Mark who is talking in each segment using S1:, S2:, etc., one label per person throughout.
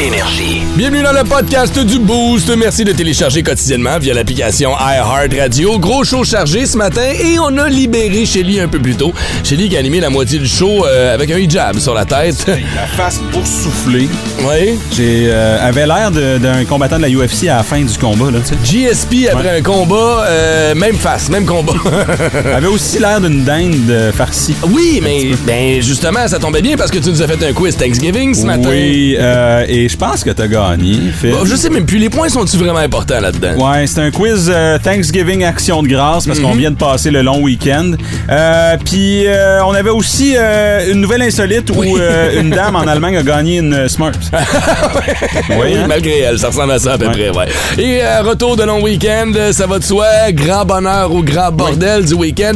S1: Énergie.
S2: Bienvenue dans le podcast du Boost. Merci de télécharger quotidiennement via l'application iHeartRadio. Gros show chargé ce matin et on a libéré Shelly un peu plus tôt. Shelly qui a animé la moitié du show euh, avec un hijab sur la tête.
S3: La face boursouflée.
S2: oui.
S3: J'ai euh, avait l'air de- d'un combattant de la UFC à la fin du combat là. tu sais.
S2: GSP après un combat, euh, même face, même combat. Euh.
S3: Avait aussi l'air d'une dinde euh, farcie.
S2: oui, mais ben, justement, ça tombait bien parce que tu nous as fait un quiz Thanksgiving ce matin.
S3: Oui, euh, et je pense que t'as gagné. Phil.
S2: Bon, je sais même plus, les points sont-ils vraiment importants là-dedans?
S3: Ouais, c'est un quiz euh, Thanksgiving Action de grâce parce
S2: Mm-hmm.
S3: qu'on vient de passer le long week-end. Euh, Puis euh, on avait aussi euh, une nouvelle insolite
S2: Oui.
S3: où euh, une dame en Allemagne a gagné une euh, Smurf.
S2: Oui,
S3: hein?
S2: malgré elle, ça ressemble à ça à peu
S3: Ouais.
S2: près, ouais. Et euh, retour de long week-end, euh, ça va de soi, grand bonheur ou grand bordel du week-end.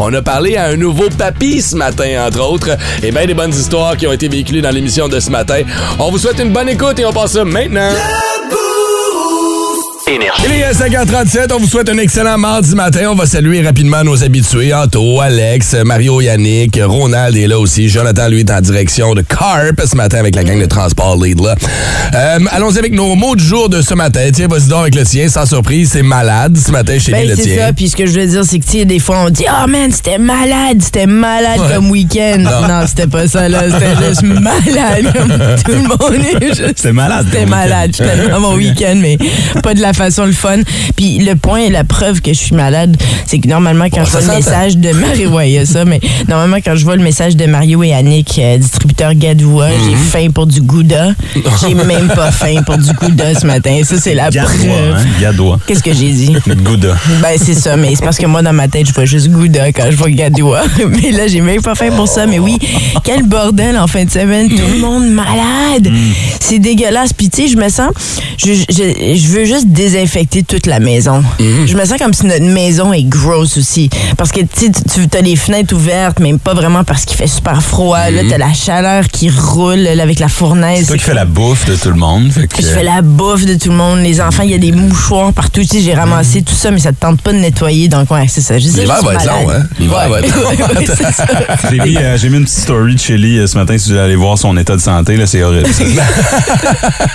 S2: On a parlé à un nouveau papy ce matin, entre autres, et bien des bonnes histoires qui ont été véhiculées dans l'émission de ce matin. On vous souhaite une bonne écoute et on passe ça maintenant.
S1: Énergie.
S2: Il est 5h37, on vous souhaite un excellent mardi matin. On va saluer rapidement nos habitués, Anto, Alex, Mario, Yannick, Ronald est là aussi. Jonathan, lui, est en direction de Carp ce matin avec la gang de transport lead. là. Euh, Allons-y avec nos mots du jour de ce matin. Tiens, vas-y donc avec le tien, sans surprise, c'est malade ce matin chez lui,
S4: Ben,
S2: le
S4: c'est
S2: tien.
S4: ça. Puis ce que je veux dire, c'est que, tu sais, des fois, on dit, oh man, c'était malade, c'était malade comme week-end. Non, c'était pas ça, là. C'était juste malade. comme Tout le monde est juste.
S3: C'était malade
S4: C'était
S3: comme
S4: malade. J'étais dans mon week-end, mais pas de la façon le fun. Puis le point et la preuve que je suis malade, c'est que normalement, quand
S2: Bon,
S4: je
S2: ça
S4: vois le
S2: s'entend.
S4: message de Mario, ouais, il y a ça, mais normalement, quand je vois le message de Mario et Annick, euh, distributeur Gadoua,
S2: Mhm.
S4: j'ai faim pour du Gouda. J'ai même pas faim pour du Gouda ce matin. Ça, c'est la preuve.
S2: hein?
S3: Gadois.
S4: Qu'est-ce que j'ai dit?
S3: Gouda.
S4: Ben, c'est ça, mais c'est parce que moi, dans ma tête, je vois juste Gouda quand je vois Gadoua. Mais là, j'ai même pas faim pour ça. Mais oui, quel bordel en fin de semaine. Tout le monde malade.
S3: Mm.
S4: C'est dégueulasse. Puis, tu sais, je me sens. Je, je, je veux juste désinfecter toute la maison.
S3: Mm.
S4: Je me sens comme si notre maison est grosse aussi. Parce que, tu sais, tu- tu as les fenêtres ouvertes, mais pas vraiment parce qu'il fait super froid. Là, t'as la chaleur qui roule là, avec la fournaise.
S3: Mm. Toi qui fais la bouffe de tout le monde. Fait que,
S4: Je fais la bouffe de tout le monde. Les enfants, il y a des mouchoirs partout. Tu sais, j'ai
S2: Mm.
S4: ramassé tout ça, mais ça te tente pas de nettoyer. Donc, ouais, c'est ça. Je sais,
S2: L'hiver
S4: je
S2: va
S4: suis
S2: être
S4: malade.
S2: long, hein? L'hiver va être long.
S4: Ouais, ouais, c'est ça.
S3: J'ai mis, euh, j'ai mis une petite story de Shelly euh, ce matin si vous voulez aller voir son état de santé. là, C'est horrible. ça.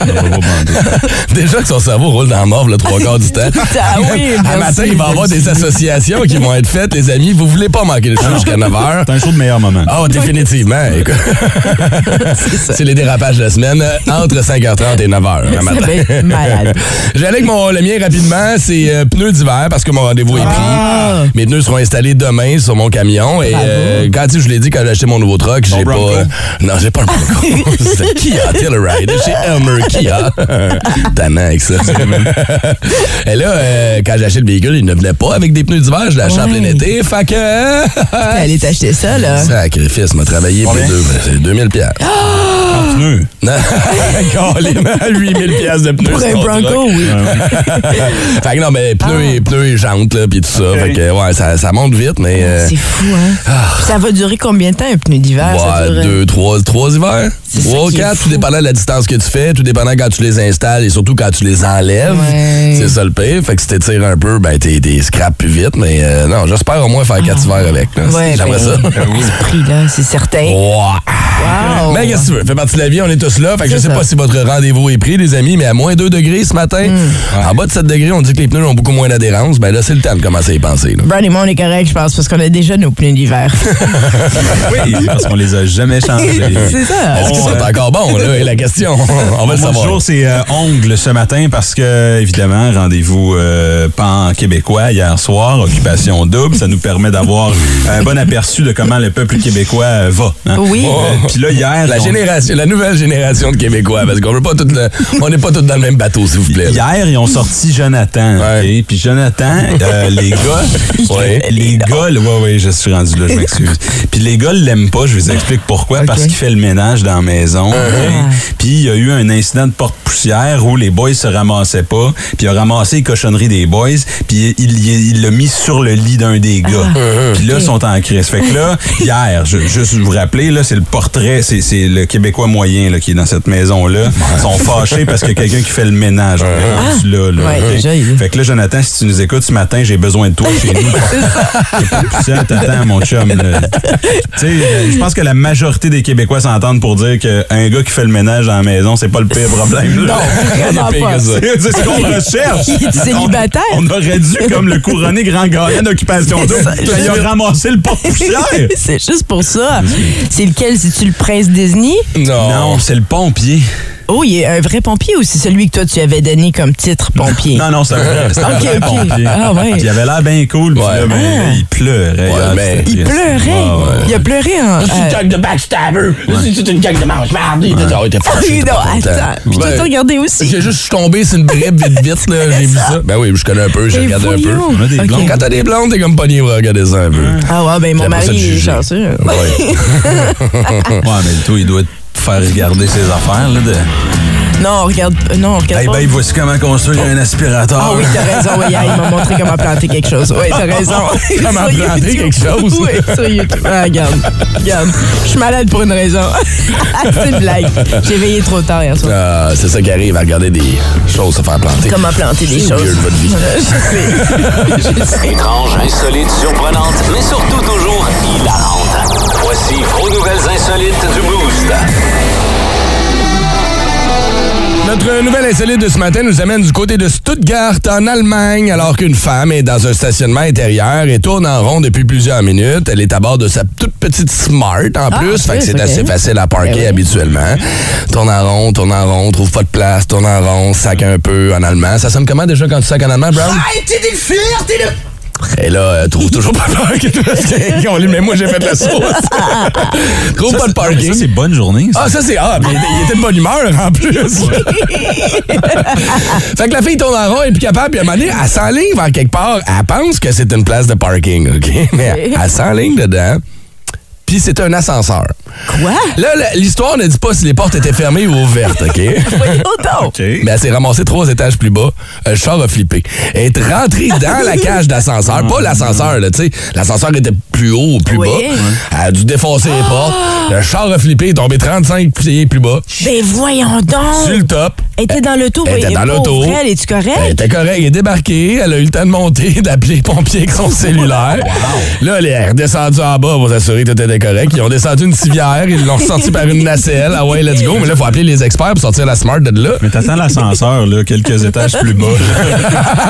S3: On va pas bander.
S2: Déjà que son cerveau roule dans la morve le trois quarts du temps.
S4: Ah oui,
S2: À
S4: merci.
S2: matin, il va y avoir des associations qui vont être faites, les amis. Vous voulez pas manquer
S3: Ah
S2: le show jusqu'à 9h.
S3: C'est un show de meilleur moment.
S2: Oh, définitivement. Écoute. C'est les dérapages de la semaine euh, entre 5h30 et 9h. le
S4: Ça
S2: matin.
S4: va être malade.
S2: J'allais avec mon, le mien rapidement, c'est euh, pneus d'hiver parce que mon rendez-vous est pris.
S4: Ah.
S2: Mes pneus seront installés demain sur mon camion. Et euh, quand tu sais, je l'ai dit, quand j'ai acheté mon nouveau truck, j'ai pas.
S3: Bronco.
S2: non, j'ai pas le Bronco. C'était Kia Telluride chez Elmer Kia. Tannant avec ça. et là, euh, quand j'ai acheté le véhicule, il ne venait pas avec des pneus d'hiver. Je l'ai acheté en plein
S4: Ouais.
S2: été. Fait que. euh,
S4: T'es allé t'acheter ça, là.
S2: Sacrifice, m'a travaillé pour
S3: Combien?
S2: deux, c'est 2000 pièces.
S4: Ah!
S3: Pneus.
S2: Carrément, 8000 pièces de pneus.
S4: Pour un
S2: sur ton
S4: Bronco,
S2: truck.
S4: oui.
S2: fait que non, mais pneus,
S4: Ah.
S2: et, pneus et jantes, là, pis tout ça. Fait que, ouais, ça, ça monte vite, mais... euh,
S4: Ah, C'est fou, hein? Ça va durer combien de temps, un pneu d'hiver? ça
S2: ouais,
S4: dure, euh,
S2: deux, trois, trois hivers.
S4: C'est ça
S2: Trois,
S4: qui est
S2: quatre,
S4: fou.
S2: tout dépendant de la distance que tu fais, tout dépendant quand tu les installes et surtout quand tu les enlèves.
S4: Ouais.
S2: C'est ça le pire. Fait que si t'étires un peu, ben t'es t'es scrap plus vite. Mais euh, non, j'espère au moins faire quatre hivers avec. là.
S4: Ah. Ouais,
S2: J'aimerais
S4: ben,
S2: ça.
S4: à ce prix-là, c'est certain.
S2: Ouais.
S4: Wow!
S2: Mais Ben, qu'est-ce que tu veux? Fait partie de la vie, on est tous là. Fait que je
S4: C'est
S2: sais
S4: ça. Hmm.
S2: pas si votre rendez-vous est pris, les amis, mais à moins 2 degrés ce matin, en bas de 7 degrés, on dit que les pneus ont beaucoup moins d'adhérence. Ben là, c'est le temps de commencer à y penser. là.
S4: Brown et moi, on est correct, je pense, parce qu'on a déjà nos pneus d'hiver.
S3: Oui, parce qu'on les a jamais changés.
S4: c'est ça.
S2: Est-ce qu'ils
S3: On,
S2: sont
S3: euh,
S2: encore bons, là? est la question. on va le
S3: Mon
S2: savoir.
S3: jour, c'est euh, ongles ce matin parce que, évidemment, rendez-vous euh, pan québécois hier soir, occupation double. Ça nous permet d'avoir un bon aperçu de comment le peuple québécois euh, va. hein.
S4: Oui.
S3: Euh, Puis là, hier.
S2: La
S3: on-
S2: génération, la nouvelle génération de Québécois, parce qu'on veut pas tout le- on n'est pas tous dans le même bateau, s'il vous plaît. là.
S3: Hier, ils ont sorti Jonathan.
S2: Ouais.
S3: ok? Puis Jonathan, euh, les gars,
S2: Ouais.
S3: les gars, là, ouais, ouais, je suis rendu là, je m'excuse. Puis les gars l'aiment pas, je vous explique pourquoi. Parce qu'il fait le ménage dans la maison.
S4: Ah.
S3: ok? Puis il y a eu un incident de porte-poussière où les boys se ramassaient pas. Puis il a ramassé les cochonneries des boys. Puis il- il il l'a mis sur le
S4: Ah.
S3: lit d'un des gars. Puis là, ils sont en crise. Fait que là, hier, je, juste vous rappeler, là, c'est le porte très. C'est c'est le Québécois moyen là, qui est dans cette maison-là. Ils sont fâchés parce que quelqu'un qui fait le ménage. là, rendu là, là,
S4: Ah. Ouais,
S3: ok?
S4: déjà, il-
S3: Fait que là, Jonathan, si tu nous écoutes ce matin, j'ai besoin de toi chez nous. J'ai pas de poussière, t'attends, mon chum. là. Tu sais, euh, je pense que la majorité des Québécois s'entendent pour dire qu'un gars qui fait le ménage dans la maison, c'est pas le pire problème. là.
S4: Vraiment
S2: pire
S4: pas.
S2: que ça.
S3: C'est ce qu'on recherche.
S4: Il est célibataire.
S3: On, on aurait dû, comme le couronné grand gagnant d'occupation
S4: C'est
S3: double,
S4: ça,
S3: il a ramassé le porte-poussière.
S4: c'est juste pour ça. C'est lequel? C'est-tu le prince Disney?
S2: Non.
S3: Non, c'est le pompier.
S4: Oh, il est un vrai pompier ou c'est celui que toi, tu avais donné comme titre pompier?
S3: Non, non, c'est un vrai, c'est un
S4: Ok,
S3: vrai
S4: ok.
S3: pompier.
S4: Ah, ouais.
S3: Puis Il avait l'air bien cool, puis
S2: Ouais.
S3: là, ben, là, il pleurait.
S2: Ouais,
S3: Ah,
S2: mais-
S3: c'était
S4: Il
S3: triste.
S4: pleurait.
S2: Ah,
S3: Ouais, ouais.
S4: Il a pleuré en. euh,
S2: de backstabber. C'est une gang de Ah, manche. Merde.
S4: Oui, non, attends. Puis toi, t'as regardé aussi.
S2: J'ai juste, Ben, je suis tombé sur une bribe vite, vite, là. J'ai vu ça. Ben oui, je connais un peu, j'ai
S4: T'es
S2: regardé un peu.
S4: voyou.
S3: On a des
S4: Ok.
S3: blondes.
S2: Quand t'as des blondes, t'es comme pas libre à regarder ça un peu.
S4: Ah ouais, ben mon
S2: J'aime pas ça
S4: mari
S2: de
S4: il est
S2: juger.
S4: chanceux.
S2: Ouais.
S3: Ouais, mais le tout, il doit te faire regarder ses affaires. Là, de...
S4: Non, on regarde, euh, non, on regarde
S3: Hey, ben,
S4: pas.
S3: babe, voici comment construire un aspirateur.
S4: Ah oui, t'as raison. Oui, ah, il m'a montré comment planter quelque chose. Oui, t'as raison.
S2: Comment
S4: Sur
S2: planter
S4: YouTube.
S2: quelque chose?
S4: Oui, sur YouTube. Ah, regarde, regarde. Je suis malade pour une raison. Ah, c'est une blague. J'ai veillé trop tard hier soir.
S2: Ah, c'est ça qui arrive à regarder des choses se faire planter.
S4: Comment planter des
S2: C'est
S4: choses.
S2: weird, votre vie.
S4: Je sais.
S1: Étrange, insolite, surprenante, mais surtout toujours hilarante. Voici vos nouvelles insolites du Boost.
S2: Notre nouvelle insolite de ce matin nous amène du côté de Stuttgart, en Allemagne, alors qu'une femme est dans un stationnement intérieur et tourne en rond depuis plusieurs minutes. Elle est à bord de sa toute petite Smart, en plus, fait que
S4: oui,
S2: c'est
S4: ok.
S2: assez facile à parquer
S4: Ben oui.
S2: habituellement. Tourne en rond, tourne en rond, trouve pas de place, tourne en rond, sac un peu en allemand. Ça sonne comment déjà quand tu sacs en allemand, Brown? Et là, elle trouve toujours pas de parking. On lui, mais moi, j'ai fait de la sauce. trouve
S3: Ça,
S2: pas de
S3: c'est-
S2: parking.
S3: Ça, c'est bonne journée. ça.
S2: Ah, ça, c'est. Ah, mais il était- il était de bonne humeur en plus. fait que la fille tourne en rond, elle est plus capable, puis à un moment donné, elle s'enligne vers quelque part. Elle pense que c'est une place de parking, OK? Mais elle s'enligne dedans, puis c'est un ascenseur.
S4: Quoi?
S2: Là, la- l'histoire ne dit pas si les portes étaient fermées ou ouvertes, OK?
S4: Oh non!
S3: OK.
S2: Mais elle s'est ramassée trois étages plus bas. Euh, Le char a flippé. Elle est rentrée dans la cage d'ascenseur. Pas l'ascenseur, là, tu sais. L'ascenseur était plus haut ou plus
S4: Oui.
S2: bas. Elle a dû défoncer les portes. Le char a flippé, est tombé 35 pieds plus bas.
S4: Ben voyons
S2: Sur
S4: donc!
S2: le top.
S4: Elle était dans l'auto.
S2: Elle était
S4: voyez,
S2: dans l'auto.
S4: pauvre Elle, es-tu
S2: Elle
S4: correcte?
S2: était correcte, elle est débarquée, elle a eu le temps de monter, d'appeler les pompiers avec son cellulaire. Là, elle est redescendue en bas pour s'assurer que tout était correct. Ils ont descendu une civière, ils l'ont ressorti par une nacelle. Ah ouais, let's go. Mais là, il faut appeler les experts pour sortir la smart de là.
S3: Mais t'attends l'ascenseur, là, quelques étages plus bas.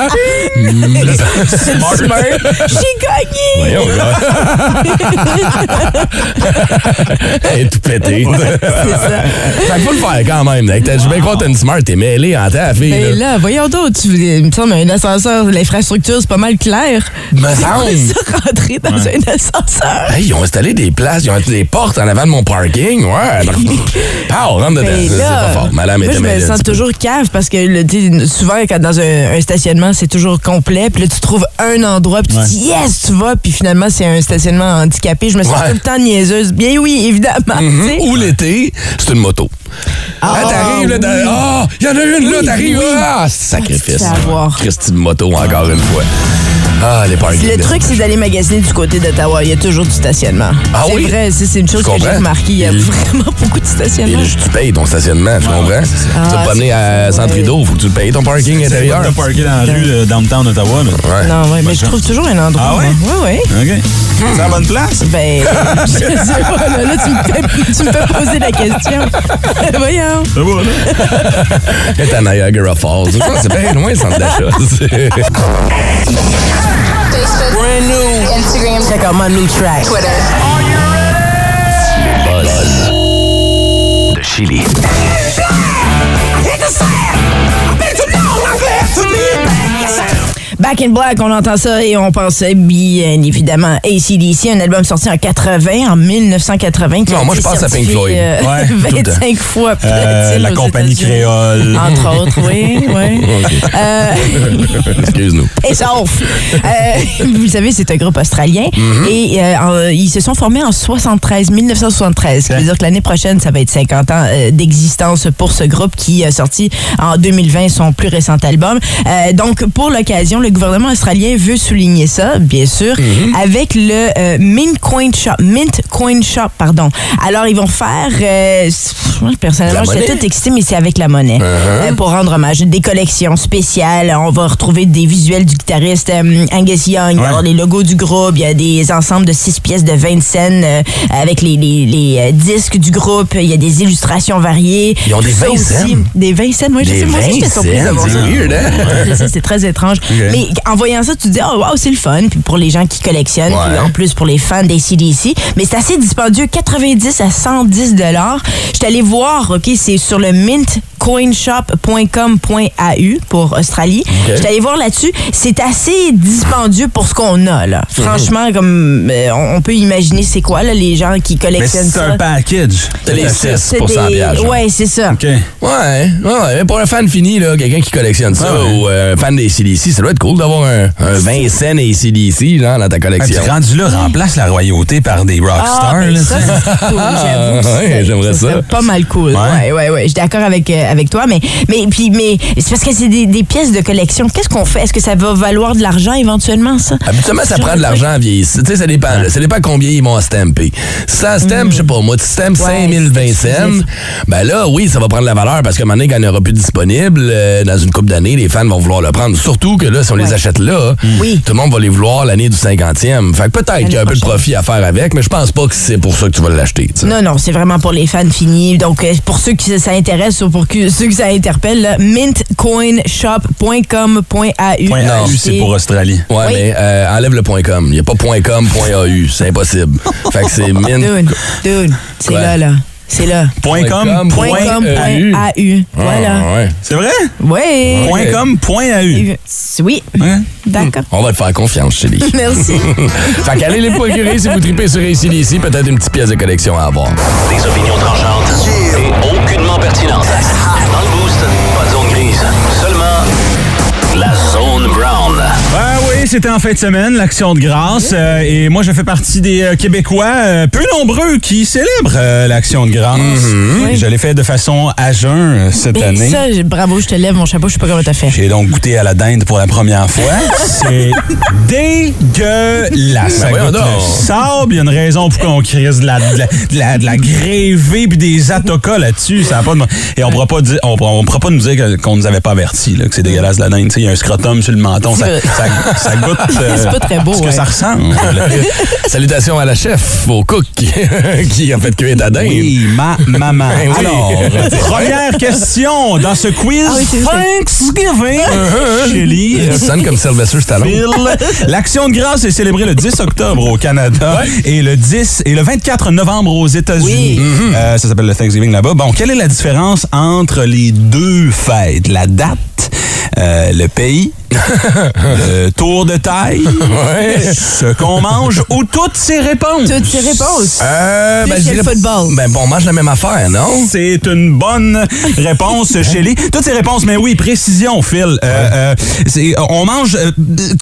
S4: Smart. J'ai gagné!
S2: Ben, Voyons, là. Elle est tout pétée. Fait que faut le faire quand même. là. Je suis bien content, une smart, t'es mêlée en temps, fille.
S4: Ben là, voyons donc, tu, il me semble un ascenseur, l'infrastructure, c'est pas mal clair.
S2: Me semble.
S4: C'est ça, rentrer dans un ascenseur.
S2: Hey, ils ont installé des places, ils ont installé des portes en avant de mon parking. Ouais. Pow, rentre dedans.
S4: Ben
S2: C'est
S4: là,
S2: pas fort. Madame
S4: moi,
S2: était
S4: je me
S2: mêlée un
S4: sens
S2: petit peu.
S4: toujours cave parce que le- tu sais, souvent, quand dans un, un stationnement, c'est toujours complet. Puis là, tu trouves un endroit, puis tu
S3: Ouais.
S4: dis yes, tu vas. Puis finalement, c'est un stationnement handicapé. Je me sens
S2: Ouais. Mm-hmm.
S4: tout le temps niaiseuse. Bien oui, évidemment. tu sais.
S2: Ou Mhm. l'été, c'est une moto. Ah, t'arrives, là, t'as- ah, il y en a une, là,
S4: Oui,
S2: t'arrives,
S4: oui.
S2: ah, sacrifice.
S4: Ah, tu fais avoir.
S2: Christy de moto, encore une fois. Ah, les parkings.
S4: Le truc, c'est d'aller magasiner du côté d'Ottawa. Il y a toujours du stationnement.
S2: Ah
S4: c'est
S2: oui?
S4: vrai, c'est c'est une chose
S2: Je
S4: que j'ai
S2: comprends.
S4: remarqué. Il y a
S2: Il-
S4: vraiment beaucoup de
S2: Et
S4: stationnement.
S2: là, tu payes ton stationnement, tu comprends? Tu vas
S4: Ah,
S2: pas
S4: c'est
S2: amené à
S4: ça, ouais.
S2: Centrido, faut que tu le payes ton parking intérieur.
S3: T'as parké dans la rue euh, downtown Ottawa. Mais...
S2: Ouais.
S4: Non, ouais, mais je
S3: chance.
S4: trouve toujours un endroit.
S3: Ah ouais?
S4: moi. Ouais, ouais.
S3: OK. C'est la bonne
S2: Ah,
S3: place?
S4: Ben, je sais pas, là, là, tu me fais, tu me fais poser la question. Voyons.
S3: C'est bon, là.
S2: T'es à Niagara Falls. Je pense que c'est bien loin, le centre d'achat. C'est-
S4: Instagram. Check out my new track.
S1: De Chili.
S4: Back in Black, on entend ça et on pense euh, bien évidemment ACDC, un album sorti en 80, en 1980. qui a
S2: Non, moi, je
S4: été
S2: pense à Pink
S4: certifié,
S2: Floyd.
S4: euh,
S3: Ouais, tout le temps.
S4: 25 fois
S3: Euh,
S4: platine
S3: la
S4: aux
S3: compagnie
S4: États-Unis.
S3: créole.
S4: Entre autres, oui, oui. Euh,
S2: Excuse-nous.
S4: et sauf. Euh, vous le savez, c'est un groupe australien.
S2: Mhm.
S4: Et euh, en- ils se sont formés en 73, 1973. Ce qui veut dire que l'année prochaine, ça va être 50 ans euh, d'existence pour ce groupe qui a sorti en 2020 son plus récent album. Euh, donc, pour l'occasion, le gouvernement australien veut souligner ça, bien sûr,
S2: Mhm.
S4: avec le euh, Mint Coin Shop. Mint Coin Shop, pardon. Alors, ils vont faire, euh, moi, personnellement,
S2: La
S4: j'étais
S2: monnaie?
S4: toute excitée, mais c'est avec la
S2: Uh-huh.
S4: monnaie. Euh, pour rendre hommage. Des collections spéciales. On va retrouver des visuels du guitariste euh, Angus Young. Il va y avoir les logos du groupe. Il y a des ensembles de six pièces de 20 cents euh, avec les, les- les, euh, disques du groupe. Il y a des illustrations variées.
S2: Ils ont
S4: Tout
S2: des
S4: ça
S2: 20
S4: aussi.
S2: cents?
S4: Des 20 cents, oui, je
S2: Des
S4: sais. Moi aussi,
S2: 20
S4: j'étais surprise de
S2: cents,
S4: voir
S2: c'est
S4: ça.
S2: weird, hein?
S4: Je sais, c'est très étrange. Mais en voyant ça, tu te dis, oh, wow, c'est le fun. Puis pour les gens qui collectionnent,
S2: Ouais.
S4: puis en plus pour les fans des CDC. Mais c'est assez dispendieux, 90 à 110 dollars. Je suis allée voir, OK, c'est sur le mintcoinshop.com.au pour Australie. Je suis allée voir là-dessus. C'est assez dispendieux pour ce qu'on a, là. Franchement, comme euh, on on peut imaginer c'est quoi, là, les gens qui
S3: Mais
S4: collectionnent
S3: c'est un
S4: ça.
S3: package.
S2: T'as les
S3: C'est-
S2: 6
S4: C'est des-
S2: piège, hein?
S4: Ouais, c'est ça.
S3: OK.
S2: Ouais, ouais, ouais. Pour un fan fini, là, quelqu'un qui collectionne ça
S3: Ouais, ouais.
S2: ou euh, un fan des CDC, ça doit être cool d'avoir un, un 20 cents et CDC genre, dans ta
S3: Ah, puis
S2: collection.
S3: rendu là, remplace la royauté par des rockstars.
S4: Ah, ben
S3: là,
S4: ça,
S3: tu sais.
S4: c'est cool, j'avoue.
S2: Ouais,
S4: Ça,
S2: j'aimerais ça.
S4: serait Pas mal cool.
S3: Ouais.
S4: Ouais, ouais, ouais. Je suis d'accord avec, euh, avec toi, mais, mais, puis, mais c'est parce que c'est des, des pièces de collection. Qu'est-ce qu'on fait? Est-ce que ça va valoir de l'argent éventuellement, ça?
S2: Habituellement, ça prend de l'argent à vieillir. Tu sais, ça dépend. là. Ça dépend combien ils vont stamper. Si ça stamp, je sais pas, moi, tu stampes
S4: Mm. Ouais,
S2: 5000
S4: c'est
S2: 5020 cents,
S4: exclusif.
S2: ben là, oui, ça va prendre de la valeur parce qu'à un moment donné, quand il n'y aura plus disponible, euh, dans une couple d'années, les fans vont vouloir le prendre. Surtout que là, si on les
S4: Ouais. Mm.
S2: achète là,
S4: Oui.
S2: tout le monde va les vouloir l'année du 50e. Fait que peut-être qu'il y a un peu de profit à faire avec, mais je pense pas que c'est pour ça que tu vas l'acheter. tu sais.
S4: Non, non, c'est vraiment pour les fans finis. Donc, euh, pour ceux qui ça intéresse ou pour que- ceux qui ça interpelle, là, mintcoinshop.com.au.
S3: Point AU, c'est pour Australie.
S2: Ouais,
S4: Oui.
S2: mais euh, enlève le point .com. Il n'y a pas point .com, point .au. C'est impossible. fait que c'est mine.
S4: Dude, dude, c'est
S2: Ouais.
S4: là, là. C'est là.
S3: Point com,
S2: Point
S4: Point
S3: point...
S4: com,
S2: euh,
S4: point
S2: U.
S4: AU.
S2: Ah,
S4: Voilà.
S2: ouais.
S3: C'est vrai?
S4: Ouais.
S3: Point com, point AU.
S4: Oui,
S3: Hein?
S4: d'accord.
S2: On va te faire confiance, Chélie.
S4: Merci.
S2: fait qu'allez les procurer si vous tripez sur ACDC. Peut-être une petite pièce de collection à avoir.
S1: Des opinions tranchantes et aucunement pertinentes. Dans le boost, pas de zone grise, seulement la zone brown.
S3: Ben oui, c'était en fin de semaine, l'action de grâce. euh, et moi, je fais partie des euh, Québécois euh, peu nombreux qui célèbrent euh, l'action de grâce.
S4: Oui.
S3: Je l'ai fait de façon à jeun euh, cette
S4: Ben,
S3: année.
S4: ça, je- bravo, je te lève mon chapeau, je sais pas comment t'as fait.
S3: J'ai donc goûté à la dinde pour la première fois. C'est dégueulasse. Ça
S2: voyons
S3: goûte
S2: donc.
S3: le sable. Il y a une raison pour qu'on crise de la, de la, de la, de la grévée puis des atocas là-dessus. Ça a pas de... Et on pourra pas dire, on, pourra- on pourra pas nous dire que- qu'on nous avait pas avertis là, que c'est dégueulasse de la dinde. Tu sais, Il y a un scrotum sur le menton. Ça,
S4: C'est vrai.
S3: ça- ça goûte. euh,
S4: C'est pas très beau,
S3: Ce que
S4: ouais.
S3: ça ressemble.
S2: Salutations à la chef, au cook, qui, qui a fait cuire ta dinde.
S3: Oui, ma maman.
S2: Ben oui.
S3: Alors, première question dans ce quiz
S4: Ah oui, c'est vrai,
S3: Thanksgiving. Uh-huh. Chélie,
S2: Tu sonnes Euh, comme Sylvester Stallone.
S3: Phil. L'action de grâce est célébrée le 10 octobre au Canada et le 10 et le 24 novembre aux États-Unis.
S4: Oui.
S3: Euh, ça s'appelle le Thanksgiving là-bas. Bon, quelle est la différence entre les deux fêtes La date, euh, le pays, le tour de taille, ce qu'on mange ou toutes ces réponses.
S4: Toutes ces réponses.
S2: Euh,
S4: Plus que le football.
S2: Ben, bon, on mange la même affaire, non?
S3: C'est une bonne réponse, Shelley. Toutes ces réponses, mais oui, précision, Phil. Euh, euh, c'est- on mange euh,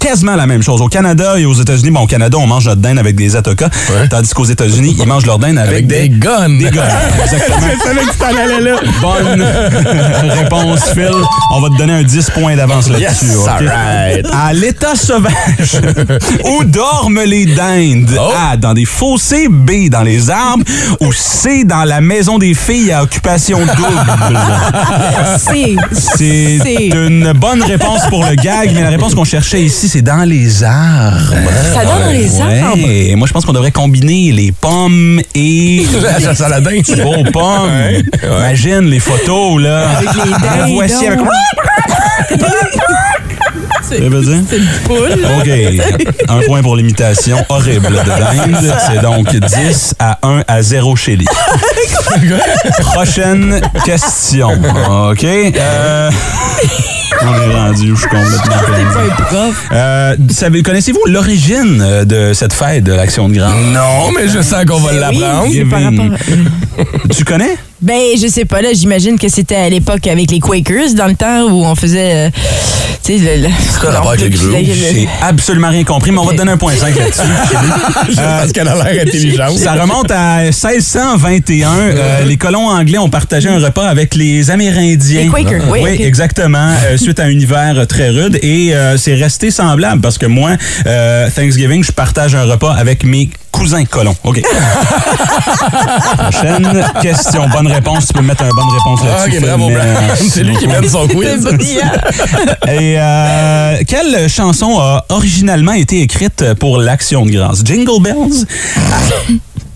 S3: quasiment la même chose. Au Canada et aux États-Unis, bon, au Canada, on mange notre dinde avec des atocas, tandis qu'aux États-Unis, ils mangent leur dinde avec,
S2: Avec des guns.
S3: des gars. Exactement. Bonne réponse, Phil. On va te donner un 10 points d'avance
S2: Yes,
S3: là-dessus. ok?
S2: alright.
S3: À l'état sauvage, où dorment les dindes?
S2: Oh.
S3: A, dans des fossés, B, dans les arbres, ou C, dans la maison des filles à occupation double.
S4: C'est.
S3: C'est
S4: C'est-
S3: une bonne réponse pour le gag, mais la réponse qu'on cherchait ici, c'est dans les arbres.
S4: Ça donne Ah dans les
S3: Ah, Ouais.
S4: arbres.
S3: Et moi, je pense qu'on devrait combiner les pommes et
S2: La chasse à la dinde.
S3: Beau pomme. Imagine les photos, là.
S4: Avec les
S3: Ah,
S4: hein?
S3: La
S4: dindons.
S3: voici avec. Ça veut dire?
S4: Poule.
S3: OK. Un point pour l'imitation horrible de dinde. C'est donc 10 à 1 à 0 chez lui. Prochaine question. OK. Euh, On est rendu, où je suis complètement perdu.
S4: Un prof.
S3: Euh, savez- Connaissez-vous l'origine euh, de cette fête de l'action de grâce?
S2: Non, Oh, mais je sens qu'on va l'apprendre.
S4: c'est par
S3: Giving.
S4: rapport-
S3: Tu connais?
S4: Ben, je sais pas, là, j'imagine que c'était à l'époque avec les Quakers, dans le temps où on faisait. euh, tu sais, le. le-
S2: quoi le rapport avec le
S4: le-
S2: gruau?
S4: le-
S3: J'ai absolument rien compris, mais on va te donner un point 5 là-dessus.
S2: Ah, Parce qu'elle a l'air intelligente.
S3: Ça remonte à 1621.
S2: Euh.
S3: Euh, les colons anglais ont partagé un repas avec les Amérindiens.
S4: Les Quakers, oui,
S3: Oui,
S4: ok.
S3: exactement. Euh, suite à un hiver euh, très rude et euh, c'est resté semblable parce que moi, euh, Thanksgiving, je partage un repas avec mes cousins colons. OK. Prochaine question. Bonne réponse. Tu peux mettre une bonne réponse
S2: Ah,
S3: là-dessus.
S2: Ok, bravo,
S3: Phil, mais,
S2: Brad.
S3: euh,
S2: C'est lui qui mène son
S4: C'est
S2: quiz.
S4: brillant.
S3: Et euh, quelle chanson a originalement été écrite pour l'Action de grâce? Jingle Bells?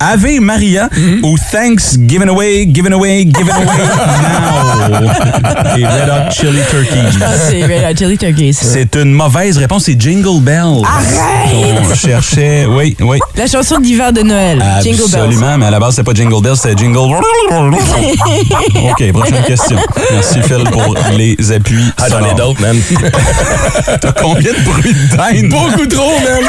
S3: Ave Maria ou Thanks Given Away, Given Away, Given Away Now? Les Red Hot Chili Turkeys.
S4: Ah, c'est bien, la chili turkey, ça.
S3: C'est une mauvaise réponse, c'est Jingle Bells.
S4: Arrête!
S3: On cherchait, oui, oui.
S4: La chanson d'hiver de Noël, Jingle Bells.
S3: Absolument, mais à la base, c'est pas Jingle Bells, c'est Jingle. OK, prochaine question. Merci, Phil, pour les appuis.
S2: Ah, j'en ai
S3: sonores.
S2: d'autres, man.
S3: T'as combien de bruits de dinde?
S2: Beaucoup trop, man.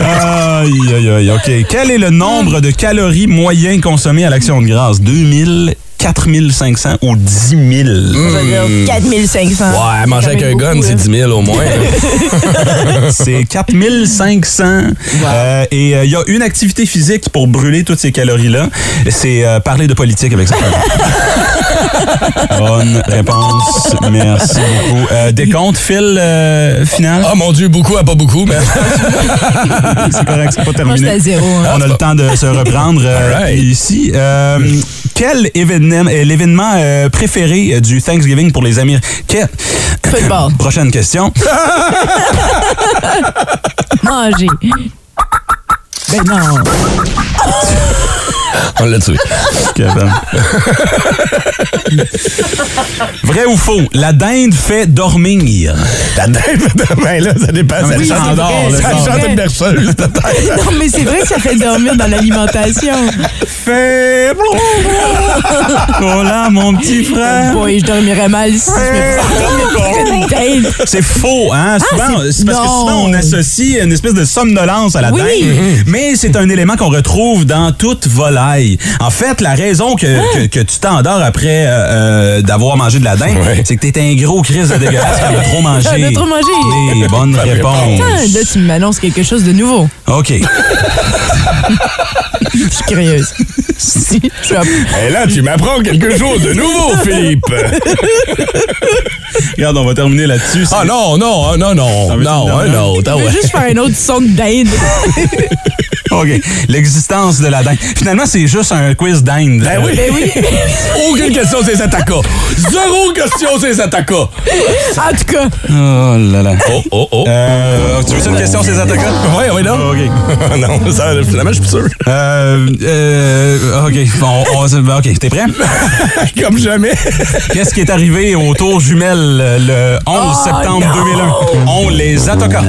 S3: Aïe, aïe, aïe, OK. Quel est le nombre de calories moyens consommées à l'action de grâce? 2000, 4500 ou 10 000?
S4: Je veux dire 4500.
S2: Ouais, manger avec un
S4: beaucoup,
S2: gun,
S4: là.
S2: Ah, c'est 10 000 au moins.
S3: C'est 4500. Euh, et il y a une activité physique pour brûler toutes ces calories-là. C'est euh, parler de politique avec ça. Bonne réponse. Merci beaucoup. Euh, décompte, Phil, euh, final?
S2: Oh mon Dieu, beaucoup à pas beaucoup, man.
S3: c'est correct, c'est pas
S4: Moi,
S3: terminé.
S4: j'étais à zéro. hein.
S3: On a le temps de se reprendre euh,
S2: All right.
S3: ici. Euh, quel événement, euh, l'événement euh, préféré euh, du Thanksgiving pour les Américains?
S4: Football.
S3: Prochaine question.
S4: Manger. Ben non.
S2: On l'a tué.
S3: Ok, attends. Vrai ou faux? La dinde fait dormir.
S2: La tête de main, là, ça dépasse.
S3: Non, mais
S2: ça
S3: ça
S2: chante-
S3: endort,
S4: là,
S2: ça
S4: ça
S2: chante
S4: endort.
S2: une berceuse, ta tête.
S4: Non, mais c'est vrai que ça fait dormir dans l'alimentation.
S3: Fait. Oh là, mon petit frère.
S4: Boy, je dormirais mal si je me prenais une tête.
S3: C'est faux, hein? Souvent,
S4: c'est-
S3: c'est parce que
S4: non.
S3: souvent, on associe une espèce de somnolence à la
S4: Oui.
S3: dinde, mais c'est un élément qu'on retrouve dans toute volaille. En fait, la raison que, que- que tu t'endors après euh, euh, d'avoir mangé de la dinde,
S2: Ouais.
S3: c'est que t'es un gros crise de dégueulasse qui a trop mangé.
S4: T'en as trop mangé.
S3: Oui, bonne réponse.
S4: Ah, Là, tu m'annonces quelque chose de nouveau.
S3: OK.
S4: Je suis curieuse. Si, je suis à-
S2: Et là, tu m'apprends quelque chose de nouveau, Philippe.
S3: Regarde, on va terminer là-dessus.
S2: Ah non, non, ah non, non,
S3: veut dire
S2: non,
S3: non,
S2: un
S3: non.
S2: autre. ah
S4: Je
S2: ouais.
S4: veux juste faire un autre son de dinde.
S3: OK. L'existence de la dinde. Finalement, c'est juste un quiz dinde.
S2: Ben oui.
S4: Ben oui.
S2: Aucune question, c'est Zataka. Zéro question, c'est Zataka.
S4: En tout cas,
S3: Oh là là.
S2: Oh, oh, oh.
S3: Euh, tu veux une question, ces attaquants?
S2: Oui, oui, non.
S3: OK.
S2: Ah, non, ça, finalement, je suis sûr.
S3: Euh, euh, OK. Bon, on- on- OK, t'es prêt?
S2: Comme jamais.
S3: Qu'est-ce qui est arrivé aux tours jumelles euh, le 11
S4: Oh,
S3: septembre
S4: non!
S3: 2001? On les attaqua.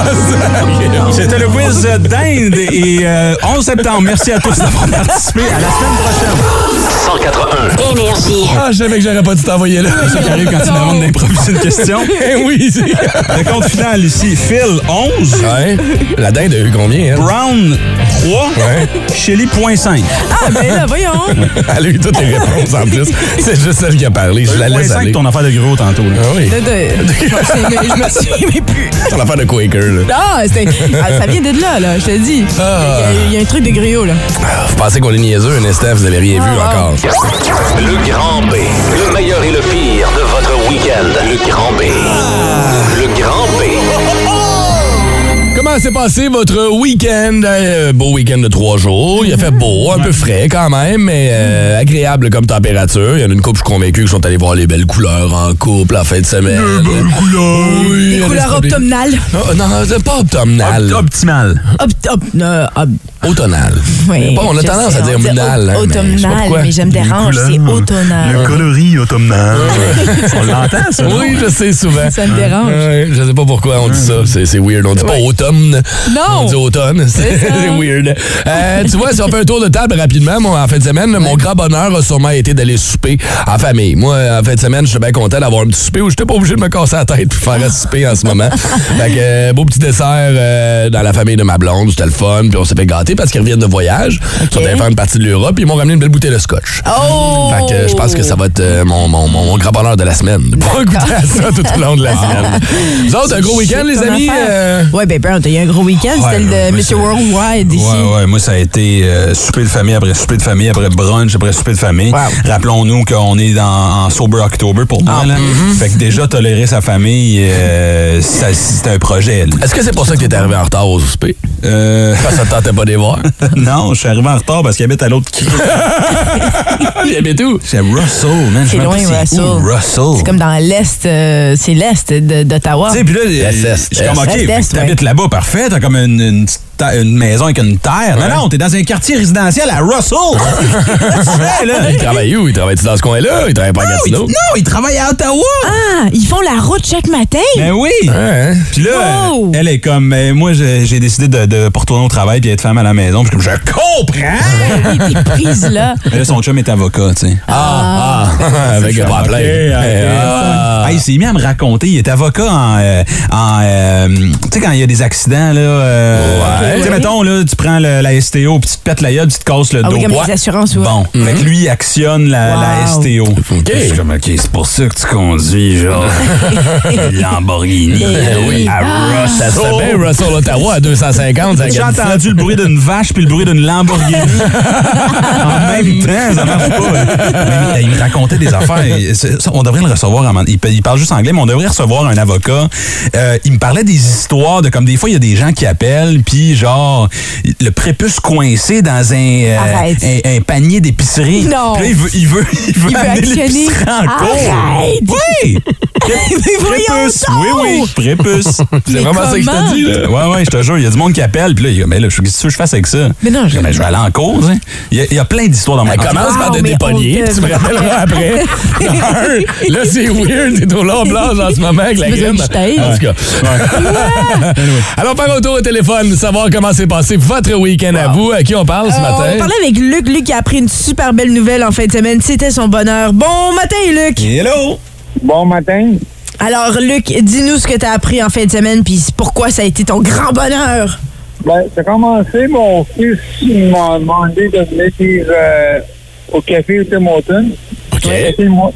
S3: OK. C'était le quiz euh, d'Inde et euh, 11 septembre. Merci à tous d'avoir participé. À la semaine prochaine.
S1: 181.
S5: Énergie.
S2: Ah, je savais que j'aurais pas dû t'envoyer là.
S3: C'est ça qui arrive quand tu demandes d'improviser une question.
S2: Eh oui, c'est...
S3: Le compte final ici, Phil 11,
S2: Ouais. La dinde a eu combien, elle?
S3: Brown 3,
S2: Ouais.
S3: Chili point 5.
S4: ah ben là, voyons.
S2: Elle a eu toutes les réponses en plus. C'est juste celle qui a parlé. Je la
S3: Point
S2: laisse
S3: 5,
S2: aller.
S3: ton affaire de gros tantôt. là.
S2: Ah oui.
S4: De- de- je m'en souviens- mais je me souviens mais plus.
S2: Ton affaire de Quaker, là.
S4: Ah, c'était- ah, ça vient de là, là, je te dis. Il y a- il y, a un truc de griot, là.
S2: Ah, Vous pensez qu'on est niaiseux, un instant, vous avez rien vu
S4: Ah.
S2: encore.
S1: Le Grand B. Le meilleur et le pire de votre week-end. Le Grand B. Le Grand B.
S2: Comment s'est passé votre week-end? Euh, beau week-end de trois jours. Il a fait beau, un peu frais quand même, mais euh, agréable comme température. Il y en a une couple, je suis convaincu, qui sont allés voir les belles couleurs en couple la fin de semaine. Les belles couleurs! Oui, il y en a
S4: Couleur
S2: des-
S4: automnale.
S2: Ah, Non, c'est pas automnal.
S3: Optimal.
S4: Op, op, euh, op-
S2: Automnal.
S4: ouais,
S2: Bon, on a
S4: je
S2: tendance
S4: sais,
S2: à dire
S4: on dit
S2: minal, hein,
S4: au-
S2: mais je sais pas
S4: Automnal,
S2: pourquoi.
S4: mais je me dérange, c'est automnal.
S3: coloris automnal. On l'entend, ça? non?
S2: Oui, je sais souvent.
S4: Hein, Ça me dérange. Mm.
S2: Ouais, je sais pas pourquoi on dit ça. C'est c'est weird. On dit pas automne.
S4: Non.
S2: On dit automne. C'est
S4: C'est ça.
S2: c'est weird. Euh, tu vois, si on fait un tour de table rapidement, moi, en fin de semaine, mon grand bonheur a sûrement été d'aller souper en famille. Moi, en fin de semaine, je suis bien content d'avoir un petit souper où j'étais pas obligé de me casser la tête pour faire un souper en ce moment. Exactement. fait que, euh, beau petit dessert euh, dans la famille de ma blonde, c'était le fun, puis on s'est fait gâter parce qu'ils reviennent de voyage. Ils sont allés faire une partie de l'Europe, puis ils m'ont ramené une belle bouteille de scotch.
S4: Oh!
S2: Fait que euh, je pense que ça va être euh, mon, mon, mon, mon grand bonheur de la semaine. de pouvoir goûter à ça tout au long de la semaine. Vous autres, un gros week-end, les amis? euh,
S4: Ouais, ben, ben, t'as eu un gros week-end, c'était
S3: Ouais, moi,
S4: le de Mr.
S3: c'est-
S4: Worldwide ici.
S3: Ouais, ouais, moi, ça a été euh, souper de famille après souper de famille, après brunch, après souper de famille.
S4: Wow.
S3: Rappelons-nous qu'on est dans, en Sober October pour
S4: Ah,
S3: moi. là.
S4: mm-hmm.
S3: Fait que déjà, tolérer sa famille, euh, ça- c'est un projet. là.
S2: Est-ce que c'est pour ça que t'es arrivé en retard au souper?
S3: Euh,
S2: Parce que ça te tentait pas de les voir?
S3: non, je suis arrivé en retard parce qu'il habite à l'autre qui.
S2: Il y avait Ah, tout.
S3: C'est Russell, man. je sais
S4: C'est
S3: même
S4: loin,
S3: pas
S4: Russell.
S3: où, Russell.
S4: C'est comme dans l'Est, euh, c'est l'Est de- d'Ottawa.
S3: Tu sais, puis là,
S2: La
S3: euh,
S2: ceste.
S3: je suis comme,
S4: La
S3: OK,
S4: ceste,
S3: fait que t'habites là-bas, parfait, t'as comme une, une petite ta- une maison avec une terre. Non, non, t'es dans un quartier résidentiel à Russell. Qu'est-ce que tu fais, là?
S2: Il travaille où? Il travaille-tu dans ce coin-là? Il travaille pas à
S3: Non, il,
S2: Gatineau?
S3: non, il travaille à Ottawa.
S4: Ah, ils font la route chaque matin?
S3: Ben oui.
S2: Ouais, hein?
S3: Puis là,
S4: Wow.
S3: elle est comme, Ben, moi, j'ai j'ai décidé de, de pas retourner au travail puis être femme à la maison. Puis je suis comme, je comprends.
S4: Ils t'es prise là.
S3: Mais là, son chum est avocat, tu sais.
S2: Ah, ah, avec un problème. Eh, ah.
S3: Ah, il s'est mis à me raconter. Il est avocat en. euh, en, euh, tu sais, quand il y a des accidents, là. euh,
S2: Ouais.
S3: Tu sais, mettons, là, tu prends le- la STO, puis tu te pètes la gueule, puis tu te casses le
S4: Ah
S3: dos.
S4: oui, comme les
S3: Ouais.
S4: assurances, ouais. Mm-hmm.
S3: Bon. Fait que lui, il actionne la, la
S4: Wow.
S3: STO.
S2: OK.
S3: Je suis comme, OK, c'est pour ça que tu conduis, genre. Lamborghini.
S2: Ah Euh,
S4: Eh
S2: oui.
S3: À Russell.
S2: Ça serait bien Russell Ottawa à 250. ça
S3: J'ai
S2: gagne
S3: entendu le bruit d'une vache puis le bruit d'une Lamborghini. en même temps, ça marche pas. Mais il me racontait des affaires. Et c'est- ça, on devrait le recevoir. à un moment- Il, pa- il parle juste anglais, mais on devrait recevoir un avocat. Euh, il me parlait des histoires de comme des fois, il y a des gens qui appellent, puis genre, le prépuce coincé dans un, euh,
S4: Arrête.
S3: un, un panier d'épicerie.
S4: Non.
S3: Puis là, il veut, il veut, il veut
S4: Il veut
S3: amener
S4: actionner.
S3: l'épicerie en
S4: Arrête.
S3: cours. Oui!
S4: voyons
S3: prépuce!
S4: donc.
S3: Oui, oui, prépuce!
S4: Mais
S2: C'est vraiment ça que je
S4: comment?
S2: te dis, là.
S3: Euh, ouais, ouais, je te jure, il y a du monde qui appelle, puis là, il dit, mais là, je- qu'est-ce que tu veux que je fasse avec ça?
S4: Mais non, je-
S3: je. Mais je vais aller en cause, hein. Il y a, il y a plein d'histoires dans ma
S2: Elle
S3: tête.
S2: commence par
S4: Ah, Wow,
S2: des
S4: mais
S2: dépogner,
S4: on
S2: puis tu me
S4: te-
S2: rappelleras après. Un, là, c'est weird, t'es au long blanche en ce moment avec la
S4: Tu veux
S2: graine.
S4: que je t'aide?
S2: En tout cas. Alors, faire un tour au téléphone, savoir comment s'est passé votre week-end à vous. À qui on parle ce
S4: Euh,
S2: matin?
S4: On parlait avec Luc. Luc qui a appris une super belle nouvelle en fin de semaine. C'était son bonheur. Bon matin, Luc.
S3: Hello!
S6: Bon matin.
S4: Alors, Luc, dis-nous ce que tu as appris en fin de semaine puis pourquoi ça a été ton grand bonheur.
S6: Ben, ça a commencé, mon fils m'a demandé de venir euh, au café Tim Hortons.
S2: OK.
S6: Ils m'ont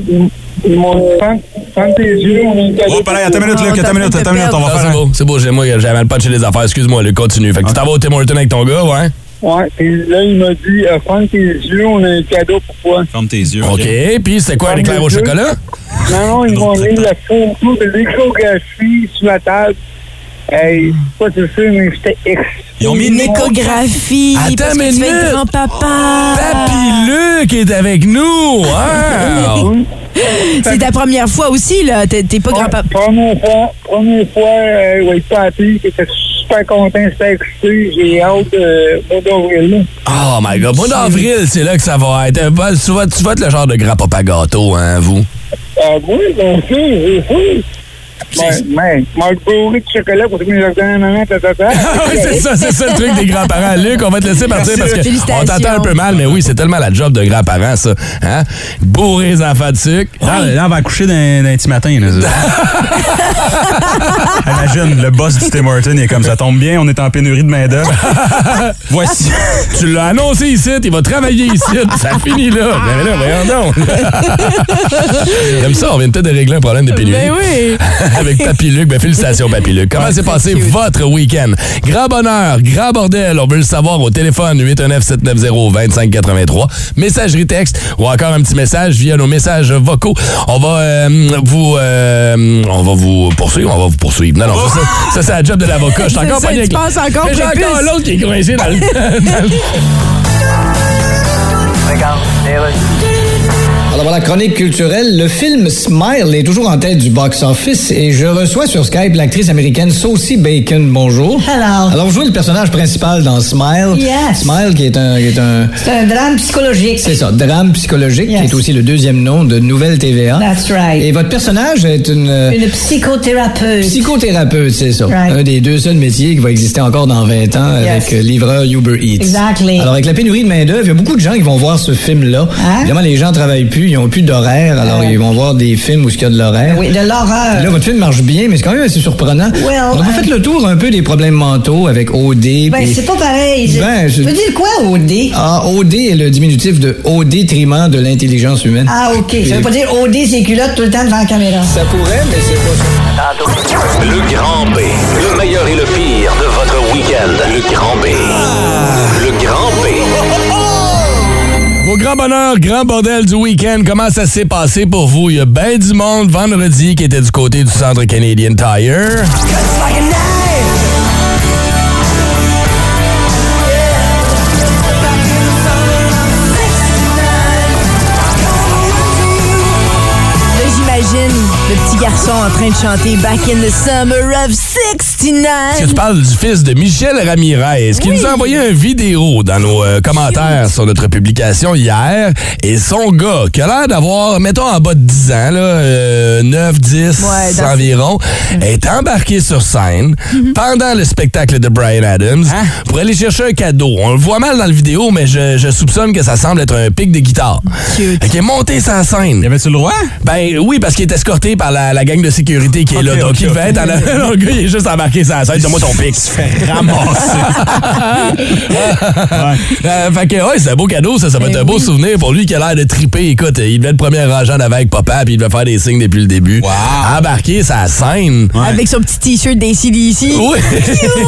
S6: ils m'ont- sans, sans tes yeux, on est allé-
S3: Oh, pareil, attends une minute,
S4: Non,
S3: Luc,
S4: t'as
S3: attends une minute,
S4: fait te
S3: attends une minute, on
S4: perdre.
S3: va
S2: Ah,
S3: faire
S2: c'est
S3: un.
S2: beau, c'est beau, j'ai moi, j'ai mal punché les affaires. Excuse-moi, Luc, continue. Fait que tu t'en vas au Tim Hortons avec ton gars, ouais?
S6: Ouais, puis là, il m'a dit, euh, ferme tes yeux, on a un cadeau pour toi.
S3: Ferme tes yeux.
S2: OK. Puis c'était quoi, un éclair au chocolat?
S6: Non, non, ils m'ont mis la photo de l'échographie sur la table. Hey, pas tout ça, mais j'étais ex.
S3: Ils ont mis une écho-
S4: Échographie.
S2: Attends
S4: parce que tu
S2: une
S4: fais
S2: minute. Oh,
S4: être grand-papa.
S2: Papy Luc est avec nous! Wow!
S4: C'est ta première fois aussi, là. T'es t'es pas grand-papa.
S6: Première fois, première fois, euh, ouais, papy, j'étais super content, j'étais excité, j'ai hâte euh, au mois d'avril, là.
S2: Oh my god, mois d'avril, c'est là que ça va être. Euh, bah, Tu vas, tu vas être le genre de grand-papa gâteau, hein, vous?
S6: Ah oui, bien sûr, bien sûr.
S2: C'est-
S6: Mais, mais, bourré de chocolat pour que mes jardins, maman, tata, tata.
S2: Ah oui, c'est ça, c'est ça le truc des grands-parents. Luc, on va te laisser partir parce que on
S4: Félicitations.
S2: t'entend un peu mal, mais oui, c'est tellement la job de grands-parents, ça. Hein? Bourrer les enfants de sucre. Ah,
S3: Là, là, on va accoucher d'un d'un petit matin. Là, ça. Imagine, le boss du Tim Hortons, il est comme ça tombe bien, on est en pénurie de main-d'œuvre. Voici.
S2: Tu l'as annoncé ici, il va travailler ici, ça finit là. Mais là, voyons donc. Comme ça, on vient peut-être de régler un problème de
S3: Eh
S2: pénurie.
S4: Ben oui.
S2: avec Papy Luc. Ben, félicitations, Papy Luc. Comment s'est passé votre week-end? Grand bonheur, grand bordel. On veut le savoir au téléphone 819-790-2583. Messagerie texte ou encore un petit message via nos messages vocaux. On va euh, vous... euh, on va vous poursuivre. On va vous poursuivre. Non, non, ça, ça, ça, c'est la job de l'avocat. Je suis
S4: Oh! C'est
S2: encore
S4: ça,
S2: pogné
S4: tu
S2: avec-
S4: penses encore,
S2: Mais J'ai
S4: prépuce.
S2: encore l'autre qui est coincé dans le... dans le-
S7: Alors voilà, chronique culturelle. Le film Smile est toujours en tête du box-office et je reçois sur Skype l'actrice américaine Saucy Bacon. Bonjour.
S8: Hello.
S7: Alors, vous jouez le personnage principal dans Smile.
S8: Yes.
S7: Smile qui est un... qui est un-
S8: C'est un drame psychologique.
S7: c'est ça, drame psychologique,
S8: Yes.
S7: qui est aussi le deuxième nom de Nouvelle TVA.
S8: That's right.
S7: Et votre personnage est une... euh,
S8: Une psychothérapeute.
S7: Psychothérapeute, c'est ça.
S8: Right.
S7: Un des deux seuls métiers qui va exister encore dans 20 ans
S8: Yes.
S7: avec euh, livreur Uber Eats.
S8: Exactly.
S7: Alors, avec la pénurie de main-d'œuvre, il y a beaucoup de gens qui vont voir ce film-là.
S8: Hein?
S7: Évidemment, les gens travaillent plus,
S9: plus, ils ont plus d'horaire, alors
S7: Ouais.
S9: ils vont voir des films où il y a de l'horaire.
S7: Euh. Oui, de
S9: Là,
S7: l'horreur.
S9: votre film marche bien, mais c'est quand même assez surprenant.
S7: Ouais,
S9: on a pas
S7: euh,
S9: fait le tour un peu des problèmes mentaux avec
S7: Ben,
S9: OD. puis-
S7: c'est pas pareil. Je-
S9: Ben, je-
S7: Tu veux dire quoi, OD?
S9: Ah, OD est le diminutif de au détriment de l'intelligence humaine.
S7: Ah, OK. Ça veut pas dire OD, c'est culotte tout le temps devant la caméra.
S9: Ça pourrait, mais c'est pas ça.
S1: Le Grand B. Le meilleur et le pire de votre week-end. Le Grand B. Le Grand B.
S3: Vos grands bonheurs, grand bordel du week-end, comment ça s'est passé pour vous? Il y a ben du monde vendredi qui était du côté du centre Canadian Tire.
S4: Là, j'imagine le petit garçon en train de chanter Back in the Summer of
S3: Est-ce que tu
S4: 69.
S3: parles du fils de Michel Ramirez, qui
S4: Oui.
S3: nous a envoyé un vidéo dans nos euh, commentaires sur notre publication hier. Et son gars, qui a l'air d'avoir, mettons, en bas de 10 ans, là, euh, 9, 10
S4: Ouais, dans- Mm. Mm-hmm.
S3: environ, est embarqué sur scène pendant le spectacle de Brian Adams
S4: Hein?
S3: pour aller chercher un cadeau. On le voit mal dans la vidéo, mais je, je soupçonne que ça semble être un pic de guitare.
S4: Cute.
S3: Fait qu'il est monté sa scène.
S10: Y avait-tu le droit?
S3: Ben oui, parce qu'il est escorté par la, la gang de sécurité qui est là.
S10: Ok,
S3: donc
S10: ok,
S3: il
S10: ok.
S3: devait être en avant. Le gars, il est juste embarqué sur la scène. Donne-moi ton pic.
S10: Ramasser.
S3: Euh, fait que, ouais, c'est un beau cadeau, ça. Ça va être
S4: Ben
S3: un beau souvenir pour lui qui a l'air de triper. Écoute, il devait être premier rangé en avant avec papa, puis il devait faire des signes depuis le début.
S10: Wow.
S3: Embarqué sa scène.
S10: Ouais.
S4: Avec son petit t-shirt d'ACDC.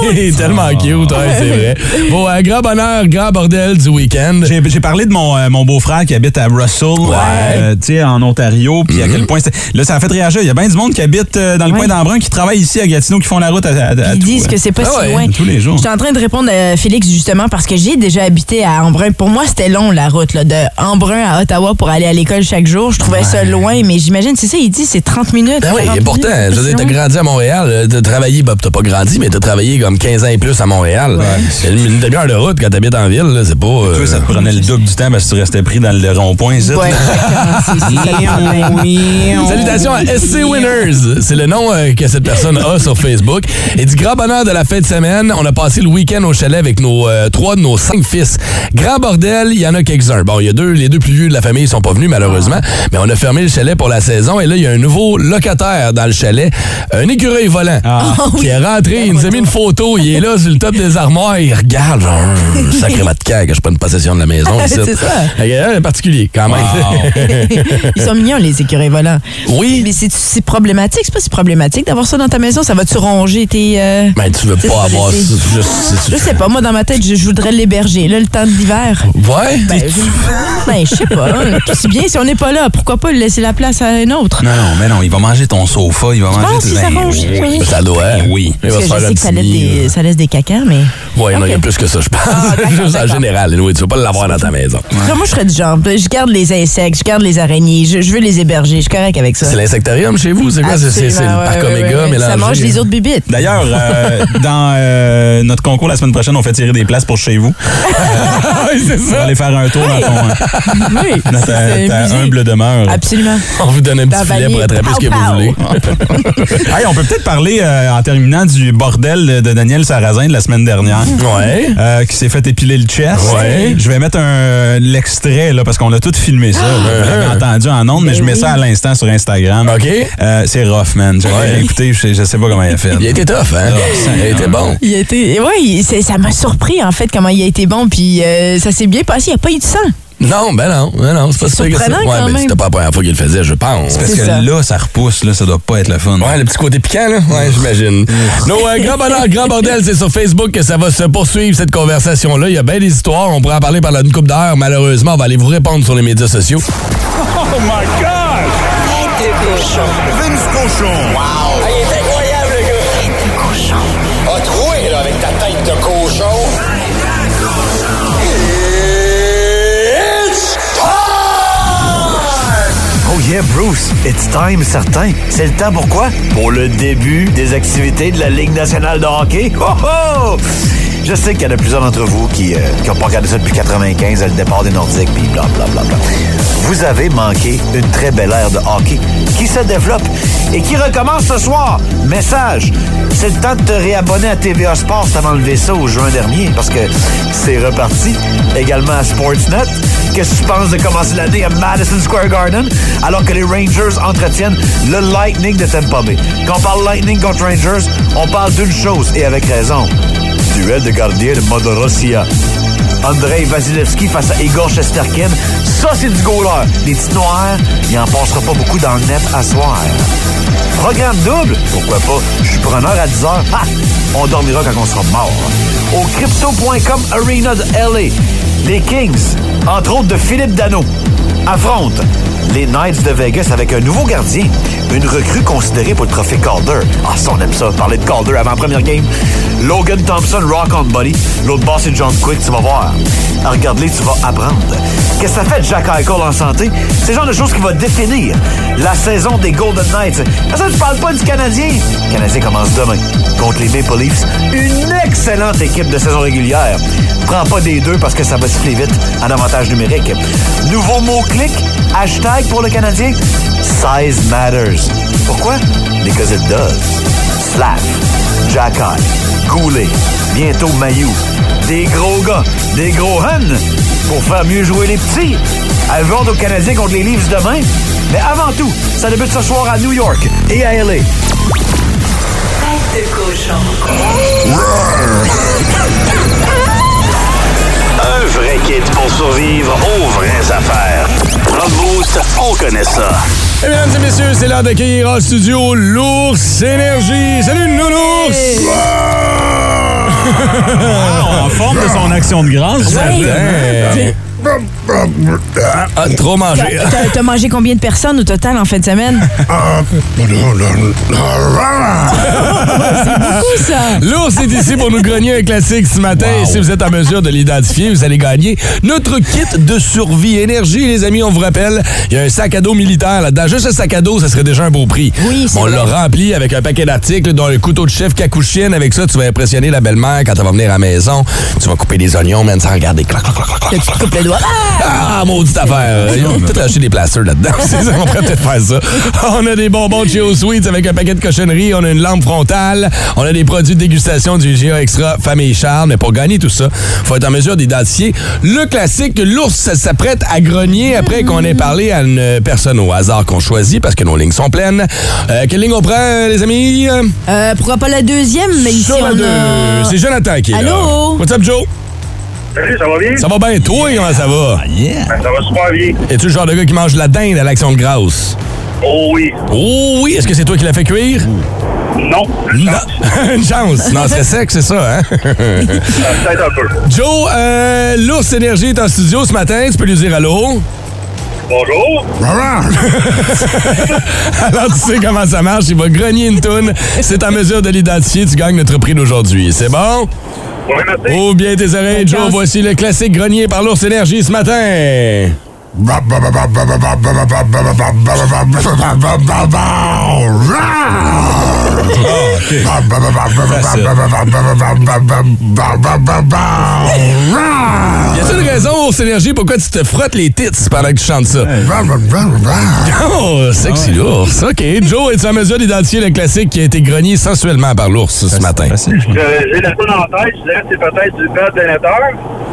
S3: Oui, tellement
S10: Ah.
S3: cute, ouais, c'est vrai. Bon, un grand bonheur, grand bordel du week-end.
S10: J'ai j'ai parlé de mon, euh, mon beau-frère qui habite à Russell, euh, tu sais, en Ontario,
S3: Mm-hmm.
S10: puis à quel point... c'est- Là, ça a fait réagir. Il y a bien du monde qui habite euh, dans le
S4: Ouais.
S10: coin d'Embrun, qui travaille ici à Gatineau, qui font la route à, à, à
S4: Puis Ils
S10: tout,
S4: disent
S10: euh.
S4: que c'est pas
S3: Ah
S4: si
S3: ouais,
S4: loin.
S10: tous les jours.
S4: J'étais en train de répondre à Félix justement parce que j'ai déjà habité à Embrun. Pour moi, c'était long la route là, de Embrun à Ottawa pour aller à l'école chaque jour. Je trouvais ça loin, mais j'imagine, c'est ça, il dit c'est 30 minutes.
S2: Ah
S3: Ben oui,
S4: 40
S3: et pourtant,
S4: minutes,
S3: je veux dire,
S4: c'est
S3: t'as
S4: loin.
S3: grandi à Montréal, euh, t'as travaillé, bah, t'as pas grandi, mais t'as travaillé comme 15 ans et plus à Montréal. Une, une demi-heure de route quand t'habites en ville, là, c'est pas. euh,
S10: Toi, ça te prenait le double du temps parce que tu restais pris dans le rond-point. ici.
S4: Ouais, exactement, c'est- c'est ça le problème.
S3: Salutations à SC Winners. C'est le nom euh, que cette personne a sur Facebook. Et du grand bonheur de la fin de semaine, on a passé le week-end au chalet avec nos euh, trois de nos cinq fils. Grand bordel, il y en a quelques-uns. Bon, il y a deux, les deux plus vieux de la famille sont pas venus malheureusement, mais on a fermé le chalet pour la saison et là, il y a un nouveau locataire dans le chalet, un écureuil volant.
S4: Ah.
S3: Qui est rentré, il nous a mis une photo, il est là sur le top des armoires, il regarde, genre, Hum, sacré matca que je prenne possession de la maison. ici.
S4: C'est ça.
S3: Fait que, euh, particulier, quand même.
S4: Ils sont mignons, les écureuils volants.
S3: Oui.
S4: Mais c'est- c'est problématique. C'est pas si problématique d'avoir ça dans ta maison. Ça va-tu ronger tes. euh,
S3: Mais Ben, tu veux
S4: C'est
S3: pas
S4: ça,
S3: avoir ça.
S4: c'est-
S3: Juste, c'est-
S4: Je sais pas, moi, dans ma tête, je, je voudrais l'héberger. Là, le temps de l'hiver.
S3: Ouais?
S4: Ben, je- ben, je sais pas. Tout si bien, si on n'est pas là, pourquoi pas laisser la place à un autre?
S10: Non, non, mais non, il va manger ton sofa, il va manger...
S4: penses
S10: tes-
S4: que ça
S10: Ben
S4: mange?
S10: oui.
S3: Ça doit. hein.
S10: Oui.
S3: Il va
S4: Parce
S3: se
S4: que je
S3: faire un
S4: sais que ça
S3: petit
S4: laisse,
S3: nid.
S4: des, ça laisse des caca, mais.
S3: Ouais, il y en a- il y a
S4: Ok. Ah,
S3: plus que ça, je pense. Juste en général. anyway, tu vas pas l'avoir dans ta maison.
S4: Genre, moi, je serais du genre, ben, je garde les insectes, je garde les araignées, je, je veux les héberger, je suis correct avec ça.
S3: C'est l'insectarium chez vous? C'est quoi? C'est- C'est c'est le
S4: Absolument, ouais,
S3: parc
S4: ouais,
S3: Oméga
S4: ouais, ouais.
S3: mélangé.
S4: Ça mange les autres bibites.
S10: D'ailleurs, euh, dans euh, notre concours la semaine prochaine, on fait tirer des places pour chez vous.
S3: Ouais, c'est
S10: On va
S3: ça.
S10: aller faire un tour dans ton,
S4: Oui,
S10: dans ta,
S4: c'est Ah,
S10: ta
S4: amusé.
S10: humble demeure.
S4: Absolument.
S3: On vous donne un
S4: Dans
S3: petit
S4: la
S3: filet pour
S4: vallée.
S3: attraper ce que
S4: Pow,
S3: vous
S4: pow.
S3: voulez.
S10: Hey, on peut peut-être parler euh, en terminant du bordel de Daniel Sarrazin de la semaine dernière.
S3: Ouais.
S10: Euh, qui s'est fait épiler le chest.
S3: Ouais.
S10: Je vais mettre un l'extrait là parce qu'on a tout filmé ça. là. Vous l'avez entendu en ondes, mais, je mets ça à l'instant sur Instagram.
S3: Ah! OK.
S10: Euh, c'est rough, man. J'ai écouté, je sais, je sais pas comment il a fait.
S3: Il était tough, hein? Il était bon.
S4: Il a été. Oui, ça m'a surpris, en fait, comment il a été bon, puis euh, ça s'est bien passé, il n'y a pas eu de sang.
S3: Non, ben non. Ben non, c'est pas
S4: C'est
S3: ça que c'est.
S4: surprenant,
S3: Ouais,
S4: quand
S3: ben
S4: même.
S3: c'était pas la première fois qu'il le faisait, je pense.
S10: Parce
S4: C'est
S10: que
S4: ça.
S10: là, ça repousse, là, ça doit pas être le fun.
S3: Ouais, le petit côté piquant, là. Ouais, j'imagine. Nos euh, grands bonheurs, grands bordel, c'est sur Facebook que ça va se poursuivre, cette conversation-là. Il y a bien des histoires. On pourrait en parler pendant une coupe d'heure. Malheureusement, on va aller vous répondre sur les médias sociaux.
S11: Vince Cochon. Wow! il est incroyable, le gars! Tête de cochon. A troué, là, avec ta tête de cochon. It's
S2: Oh yeah, Bruce, it's time, certain. C'est le temps pour quoi? Pour le début des activités de la Ligue nationale de hockey. Oh oh! Je sais qu'il y en a plusieurs d'entre vous qui n'ont pas regardé ça depuis 95, le départ des Nordiques, puis blablabla. Vous avez manqué une très belle ère de hockey qui se développe et qui recommence ce soir. Message, c'est le temps de te réabonner à TVA Sports avant le vaisseau au juin dernier parce que c'est reparti. Également à Sportsnet. Qu'est-ce que tu penses de commencer l'année à Madison Square Garden alors que les Rangers entretiennent le Lightning de Tampa Bay? Quand on parle Lightning contre Rangers, on parle d'une chose et avec raison. Duel de gardien de Modorossia. Andrei Vasilevski face à Igor Shesterkin. Ça, c'est du goaler. Les petits noirs, il en passera pas beaucoup dans le net à soir. Programme double, pourquoi pas? Je suis preneur à 10 heures. Ha! On dormira quand on sera mort. Au crypto.com Arena de LA, les Kings, entre autres de Philippe Dano, affrontent les Knights de Vegas avec un nouveau gardien, une recrue considérée pour le trophée Calder. Ah, ça, on aime ça, parler de Calder avant la première game. Logan Thompson, rock on buddy. L'autre boss, c'est John Quick, tu vas voir. Ah, Regarde-les, tu vas apprendre. Qu'est-ce que ça fait de Jack Eichel en santé? C'est le genre de choses qui va définir la saison des Golden Knights. Ah, ça, je parle pas du Canadien. Le Canadien commence demain contre les Maple Leafs. Une excellente équipe de saison régulière. Prends pas des deux parce que ça va siffler vite en avantage numérique. Nouveau mot-clic, hashtag pour le Canadien, size matters. Pourquoi? Because it does. Slav, Jack Eye, Goulet, bientôt Mayou. Des gros gars, des gros huns pour faire mieux jouer les petits. À vendre aux Canadiens contre les Leafs demain. Mais avant tout, ça débute ce soir à New York et à LA.
S12: Tête de cochon.
S1: Un vrai kit pour survivre aux vraies affaires. Dans le Boost, on connaît ça.
S3: Et Eh, mesdames et messieurs, c'est l'heure d'accueillir en studio l'ours énergie. Salut nounours!
S13: en forme de son action de grâce.
S3: Hey. Ah, trop mangé.
S4: T'as- T'as t'as mangé combien de personnes au total en fin de semaine? Beaucoup, ça!
S3: L'ours est ici pour nous grogner un classique ce matin. Et si vous êtes en mesure de l'identifier, vous allez gagner notre kit de survie énergie. Les amis, on vous rappelle, il y a un sac à dos militaire là-dedans. Juste un sac à dos, ça serait déjà un beau prix.
S4: Oui, c'est
S3: On
S4: vrai.
S3: l'a rempli avec un paquet d'articles, dont le couteau de chef Kakouchine. Avec ça, tu vas impressionner la belle-mère quand elle va venir à la maison. Tu vas couper des oignons, même sans regarder. Clac, clac, clac, clac, clac.
S4: Tu te coupes le doigt. Ah!
S3: Ah, maudite affaire. Ils ont peut-être acheté des placeurs là-dedans. C'est ça, on pourrait peut-être faire ça. On a des bonbons de chez O Sweets avec un paquet de cochonneries. On a une lampe frontale. On a des produits de dégustation du GA Extra Famille Charme. Mais pour gagner tout ça, faut être en mesure d'identifier le classique que l'ours s'apprête à grogner après qu'on ait parlé à une personne au hasard qu'on choisit parce que nos lignes sont pleines. Euh, quelle ligne on prend, euh, les amis?
S4: Euh, pourquoi pas la deuxième, mais ici
S3: Sur la
S4: on
S3: deux.
S4: a...
S3: C'est Jonathan qui est là.
S4: Allô?
S3: What's up, Joe?
S6: Salut, ça va bien?
S3: Ça va bien? Toi, comment ça va?
S6: Ben, Ça va super bien.
S3: Es-tu le genre de gars qui mange de la dinde à l'action de grâce?
S6: Oh oui.
S3: Oh oui, est-ce que c'est toi qui l'as fait cuire?
S6: Non.
S3: Non. Une chance. Non, c'est sec, c'est ça, hein?
S6: Peut-être un peu.
S3: Joe, euh, l'ours énergie est en studio ce matin. Tu peux lui dire allô?
S6: Bonjour.
S3: Alors, tu sais comment ça marche. Il va grogner une toune. C'est en mesure de l'identifier. Tu gagnes notre prix d'aujourd'hui. C'est bon?
S6: Oui, merci.
S3: Oh, bien tes oreilles, Joe. Voici le classique grenier par l'ours énergie ce matin. Ah, Y a-t-il une raison, ours énergie, pourquoi tu te frottes les tits pendant que tu chantes ça? Oh, sexy l'ours. OK. Joe, est en mesure d'identifier le classique qui a été grogné sensuellement par l'ours ce matin?
S6: Euh, J'ai la tonne en tête. Je dirais que c'est peut-être du père donateur.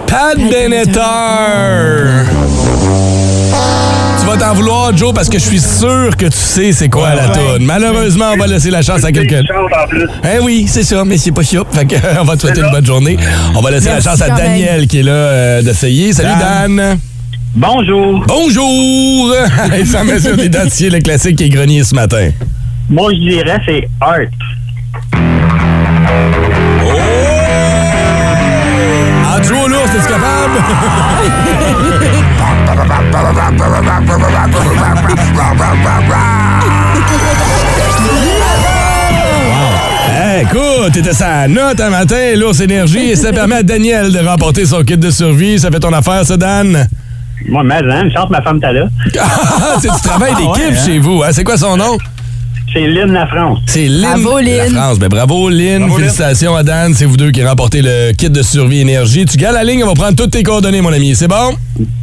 S3: Pat Benatar. Tu vas t'en vouloir, Joe, parce que je suis sûr que tu sais c'est quoi la toune. Malheureusement, on va laisser la chance à quelqu'un.
S6: Qui chante en plus.
S3: Eh oui, c'est ça, mais c'est pas sûr. Fait que, euh, on va te souhaiter une bonne journée. On va laisser
S4: Merci
S3: la chance à
S4: quand
S3: Daniel qui est là euh, d'essayer. Salut Dan.
S6: Bonjour.
S3: Bonjour! Et sans mesure d'identifier le classique qui est grenier ce matin.
S6: Moi, je dirais c'est Art.
S3: En duo lourd, t'es capable? Hey, Écoute, t'étais sa note un matin, l'ours énergie, et ça permet à Daniel de remporter son kit de survie. Ça fait ton affaire, ça, Dan?
S6: Moi, mais, hein, chante ma femme Tala.
S3: Ah, c'est du travail d'équipe
S13: ouais, hein?
S3: chez vous, hein? C'est quoi son nom?
S14: C'est Lynn La France.
S2: C'est Lynn La France. Ben, bravo Lynn.
S14: Bravo, Lynn.
S2: Félicitations à Dan. C'est vous deux qui remportez le kit de survie énergie. Tu gagnes la ligne, on va prendre toutes tes coordonnées, mon ami. C'est bon?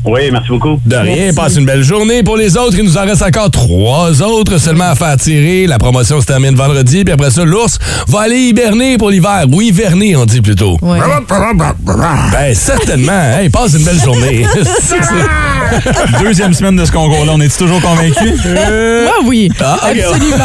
S14: Oui, merci beaucoup.
S2: De rien,
S14: Merci.
S2: passe une belle journée. Pour les autres, il nous en reste encore trois autres seulement à faire tirer. La promotion se termine vendredi, puis après ça, l'ours va aller hiberner pour l'hiver. Ou hiverner, on dit plutôt. Ben, certainement. Hey, passe une belle journée. C'est que c'est-
S3: Deuxième semaine de ce concours-là, on est toujours convaincus?
S4: Moi, oui.
S3: Ah, ok.
S4: Absolument.